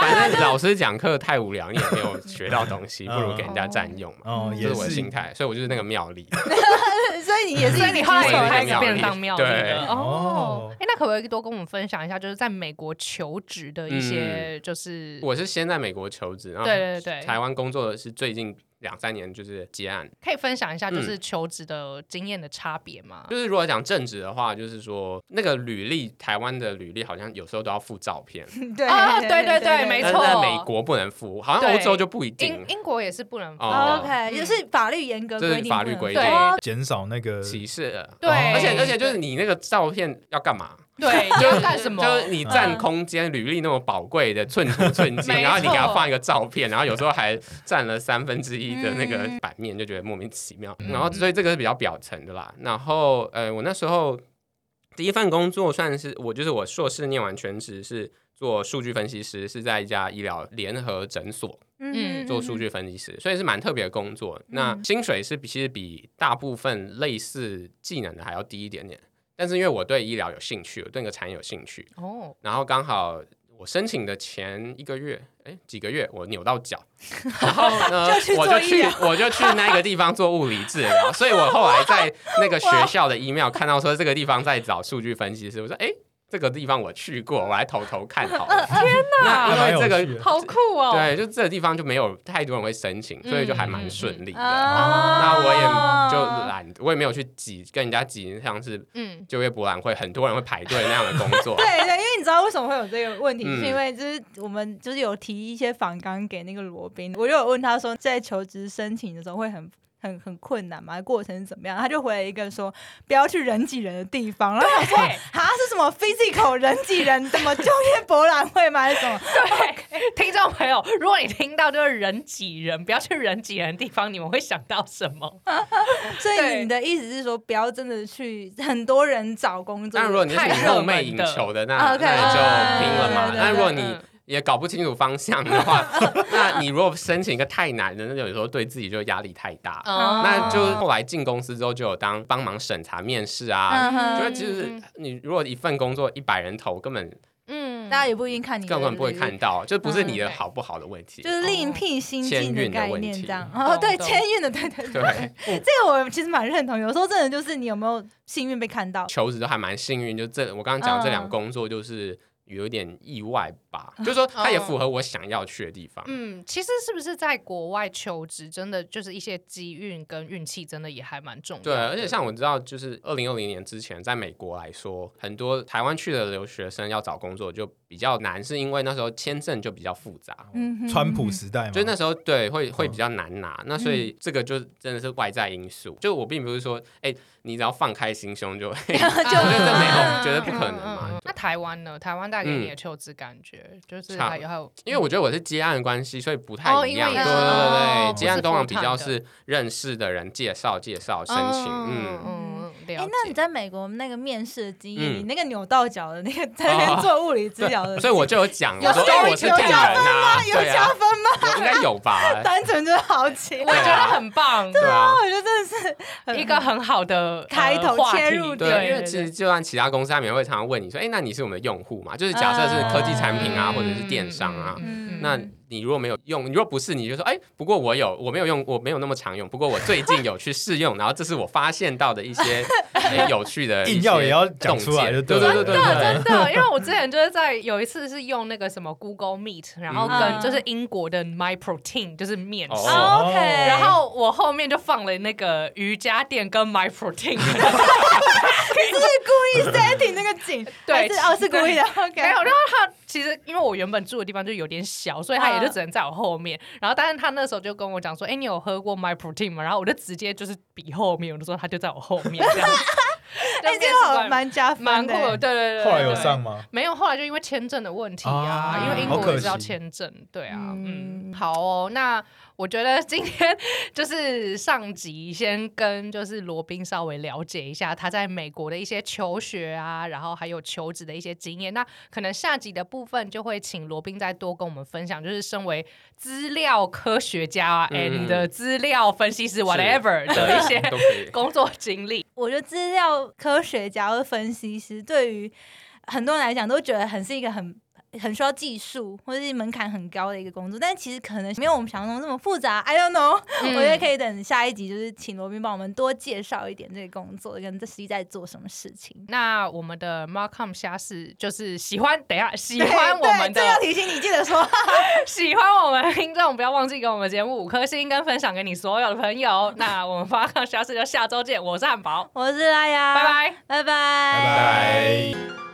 Speaker 4: 反正老师讲课太无聊，你也没有学到东西，
Speaker 3: 嗯
Speaker 4: 不如给人家占用嘛。
Speaker 3: 哦，
Speaker 2: 嗯
Speaker 3: 也
Speaker 4: 这是我的
Speaker 3: 是
Speaker 4: 心态，所以我就是那个妙 丽。
Speaker 2: 所以你也是，
Speaker 1: 嗯所以你后来
Speaker 4: 有
Speaker 1: 有开
Speaker 4: 开
Speaker 1: 始
Speaker 4: 始
Speaker 1: 变
Speaker 4: 变
Speaker 1: 当
Speaker 4: 当
Speaker 1: 庙
Speaker 4: 庙
Speaker 1: 里
Speaker 4: 里
Speaker 1: 了
Speaker 4: 了
Speaker 1: 哦
Speaker 3: 哦。
Speaker 1: 哎，那可不可以多跟我们分享一下，就是在美国求职的一些，就是
Speaker 4: 我是先在美国求职，然后
Speaker 1: 对对对，
Speaker 4: 嗯啊台湾工作的是最近两三年就是结案。
Speaker 1: 可以分享一下
Speaker 4: 嗯
Speaker 1: 就是求职的经验的差别
Speaker 2: 啊
Speaker 1: 吗？
Speaker 4: 就是如果讲正职的话，就是说那个履历，台湾的履历好像有时候都要附照片，
Speaker 2: 对
Speaker 1: 啊对对对没
Speaker 4: 但是
Speaker 1: 错
Speaker 4: 在美国不能附，好像
Speaker 1: 对
Speaker 4: 欧洲就不一
Speaker 1: 英
Speaker 4: 定。
Speaker 1: 英国也是不能放
Speaker 4: 哦
Speaker 2: OK，就是法律严格
Speaker 4: 这是
Speaker 2: 规定不能放，
Speaker 4: 法律规定
Speaker 1: 对
Speaker 2: 哦
Speaker 3: 减少那个
Speaker 4: 歧视了，
Speaker 1: 对，
Speaker 4: 而且而且就是你那个照片要干嘛？
Speaker 1: 对，你要干什么？
Speaker 4: 就是你占空间，履历那么宝贵的寸土寸金，
Speaker 1: 没错
Speaker 4: 然后你给他放一个照片，然后有时候还占了三分之一的那个版面，就觉得莫名其妙。
Speaker 1: 嗯
Speaker 4: 然后所以这个是比较表层的啦。然后呃，我那时候第一份工作算是我就是我硕士念完全职是做数据分析师，是在一家医疗联合诊所
Speaker 1: 嗯
Speaker 4: 做数，据分析师，所以是蛮特别的工作。
Speaker 2: 嗯
Speaker 4: 那薪水是比其实比大部分类似技能的还要低一点点。但是因为我对医疗有兴趣，我对那个产业有兴趣，
Speaker 1: 哦，
Speaker 4: 然后刚好我申请的前一个月，哎，几个月我扭到 脚，然后呢
Speaker 2: 就去，做
Speaker 4: 我就
Speaker 2: 医
Speaker 4: 去
Speaker 2: 疗
Speaker 4: 我就去那个地方做物理治疗，所以我后来在那个学校的 email 看到说这个地方在找数据分析师，我说哎。诶这个地方我去过，我来偷偷看好
Speaker 2: 呃
Speaker 4: 了。天
Speaker 1: 哪
Speaker 4: 那因为这
Speaker 3: 还蛮有趣
Speaker 4: 个
Speaker 3: 的
Speaker 1: 好酷哦！
Speaker 4: 对，就这个地方就没有太多人会申请，所以就还
Speaker 2: 嗯
Speaker 4: 蛮顺利的。
Speaker 2: 哦
Speaker 4: 那
Speaker 2: 那
Speaker 4: 我也就懒，我也没有去挤跟人家挤，像是
Speaker 1: 嗯，
Speaker 4: 就业博览会很多人会排队那样的工作。
Speaker 2: 对对，因为你知道为什么会有这个问题，
Speaker 4: 嗯
Speaker 2: 是因为就是我们就是有提一些访纲给那个罗宾，我就有问他说，在求职申请的时候会很。很很困难嘛，过程是怎么样？他就回了一个说不要去人挤人的地方，然后我说
Speaker 1: 对
Speaker 2: 哈是什么 physical 人挤人，什么就业博览会吗？还是什么？
Speaker 1: 对， 听众朋友，如果你听到就是人挤人，不要去人挤人的地方，你们会想到什么？
Speaker 2: 所以
Speaker 1: 对
Speaker 2: 你的意思是说不要真的去很多人找工作？嗯
Speaker 4: 但如果你是
Speaker 1: 太
Speaker 4: 你
Speaker 1: 热
Speaker 4: 梦寐
Speaker 1: 门
Speaker 4: 以
Speaker 1: 的
Speaker 4: 求的，那
Speaker 2: OK，
Speaker 4: 那你就
Speaker 2: 嗯
Speaker 4: 拼了嘛。
Speaker 2: 对对对
Speaker 4: 那如果
Speaker 2: 对
Speaker 4: 你
Speaker 1: 嗯
Speaker 4: 也搞不清楚方向的 话，那你如果申请一个太难的，那就有时候对自己就压力太大。
Speaker 2: 嗯
Speaker 1: 哦
Speaker 4: 那就后来进公司之后，就有当帮忙审查面试啊。
Speaker 2: 嗯哼
Speaker 4: 因为其实你如果一份工作一百人投，根本
Speaker 1: 嗯
Speaker 2: 大家也不一定看你的，
Speaker 4: 根本不会
Speaker 2: 对对对
Speaker 4: 看到，就不是
Speaker 2: 嗯
Speaker 4: 你的
Speaker 1: 对
Speaker 4: 好不好的问题
Speaker 2: 就。是另辟新境的概念这样。
Speaker 1: 运的问题
Speaker 2: 哦，对，
Speaker 1: 懂懂
Speaker 2: 签运的，对对对。
Speaker 4: 对，
Speaker 2: 这个我其实蛮认同，有时候真的就是你有没有幸运被 看到，
Speaker 4: 求职都还蛮幸运，就这我刚刚讲的这
Speaker 2: 嗯
Speaker 4: 两个工作就是有点意外吧，就是
Speaker 2: 哦
Speaker 4: 说它也符合我想要去的地方。
Speaker 1: 嗯，其实是不是在国外求职，真的就是一些机运跟运气，真的也还蛮重要
Speaker 4: 对，
Speaker 1: 的。
Speaker 4: 而且像我知道，就是二零二零年之前，在美国来说，很多台湾去的留学生要找工作就比较难，是因为那时候签证就比较复杂，
Speaker 2: 嗯哼
Speaker 3: 川普时代嘛，
Speaker 4: 就那时候对会会比较难拿。那
Speaker 2: 嗯
Speaker 4: 所以这个就真的是外在因素。就我并不是说，哎，你只要放开心胸就，嘿
Speaker 2: 就
Speaker 4: 我觉得这没
Speaker 1: 嗯
Speaker 4: 有，觉得不可能啊嗯嘛。
Speaker 1: 那台湾呢？台湾带给你的求职感觉，就是还有还有，
Speaker 4: 因为我觉得我是接案的关系，所以不太
Speaker 1: 哦
Speaker 4: 一
Speaker 1: 因为
Speaker 4: 样。
Speaker 1: 也
Speaker 4: 对
Speaker 1: 是
Speaker 4: 对对
Speaker 1: 哦
Speaker 4: 对，接案通常比较
Speaker 1: 不是
Speaker 4: 是认识的人介绍介绍申请，嗯。
Speaker 1: 嗯，
Speaker 2: 哎、
Speaker 1: 了解。
Speaker 2: 那你在美国那个面试的经验，
Speaker 4: 嗯
Speaker 2: 你那个扭到脚的那个在那
Speaker 1: 哦
Speaker 2: 边做物理治
Speaker 4: 对
Speaker 2: 疗
Speaker 1: 啊
Speaker 2: 的，
Speaker 4: 嗯所以我就有讲，
Speaker 2: 有
Speaker 4: 我说
Speaker 2: 有
Speaker 4: 哎，我是
Speaker 2: 有
Speaker 4: 骗人
Speaker 2: 加分
Speaker 4: 啊，
Speaker 2: 有
Speaker 4: 对
Speaker 2: 加
Speaker 4: 啊
Speaker 2: 分，吗？啊
Speaker 4: 我应该 有吧，
Speaker 2: 单纯就是好奇，
Speaker 1: 我
Speaker 2: 我
Speaker 1: 觉得很棒，
Speaker 4: 对啊，
Speaker 2: 觉得真的是很
Speaker 1: 一个很好的呃
Speaker 2: 开头
Speaker 1: 话题
Speaker 2: 切入
Speaker 4: 对
Speaker 2: 点
Speaker 1: 对，
Speaker 4: 因为其实就算其他公司，他们也会常常问你说，哎，那你是我们的用户嘛？就是假设是科技产品啊，
Speaker 1: 嗯
Speaker 4: 或者是电商啊。
Speaker 2: 嗯
Speaker 4: 那你如果没有用，你如果不是，你就说，哎，不过我有，我没有用，我没有那么常用，不过我最近有去试用，然后这是我发现到的一些 哎有趣的一些
Speaker 3: 硬要也要讲出来就
Speaker 4: 洞见
Speaker 3: 对了
Speaker 4: 对对对对
Speaker 1: 真的
Speaker 4: 对
Speaker 1: 真 的，因为我之前就是在有一次是用那个什么 Google Meet，然后跟
Speaker 2: 嗯
Speaker 1: 就是英国的 My Protein 就是面试。
Speaker 4: 哦
Speaker 2: OK，
Speaker 1: 然后我后面就放了那个瑜伽垫跟 My Protein，
Speaker 2: 是故意 setting 那个景，
Speaker 1: 对
Speaker 2: 还是哦是故 意的，OK，
Speaker 1: 没有。然后他其实因为我原本住的地方就有点小，所以他也就只能在我后面。然后但是他那时候就跟我讲说：“哎，你有喝过 My Protein 吗？”然后我就直接就是比后面，我就说他就在我后面这 样子。
Speaker 2: 哎、
Speaker 1: 就面
Speaker 2: 这个
Speaker 1: 试
Speaker 2: 好
Speaker 1: 官
Speaker 2: 蛮加
Speaker 1: 蛮
Speaker 2: 分
Speaker 1: 酷
Speaker 2: 的、
Speaker 1: 的，对对对。
Speaker 3: 后来有
Speaker 1: 对
Speaker 3: 上吗？
Speaker 1: 没有，后来就因为签证的问题啊，
Speaker 3: 啊
Speaker 1: 因为英
Speaker 2: 好
Speaker 1: 国
Speaker 2: 可
Speaker 1: 也是要
Speaker 3: 惜
Speaker 1: 签证，对啊，嗯，
Speaker 2: 嗯
Speaker 1: 好哦，那我觉得今天就是上集先跟就是罗宾稍微了解一下他在美国的一些求学啊，然后还有求职的一些经验。那可能下集的部分就会请罗宾再多跟我们分享，就是身为资料科学家、啊
Speaker 4: 嗯
Speaker 1: and 资料分析师 whatever 的一 些
Speaker 4: 都可以。
Speaker 1: 工作经历。
Speaker 2: 我觉得资料科学家或分析师对于很多人来讲都觉得很是一个很。很需要技术或者是门槛很高的一个工作，但其实可能没有我们想象中这么复杂。I don't know，、我
Speaker 1: 嗯
Speaker 2: 觉得可以等下一集，就是请罗宾帮我们多介绍一点这个工作跟这实际在做什么事情。
Speaker 1: 那我们的 Markham 虾是就是喜欢，等一下喜
Speaker 2: 对
Speaker 1: 欢我们
Speaker 2: 对这要
Speaker 1: 的
Speaker 2: 提醒你，记得说。
Speaker 1: 喜欢我们的听众，不要忘记给我们节目五颗星跟分享给你所有的朋友。那我们 Markham 虾是就下周见，我是汉堡，
Speaker 2: 啊我是拉雅，
Speaker 1: 拜拜。
Speaker 2: 拜拜，拜
Speaker 3: 拜拜。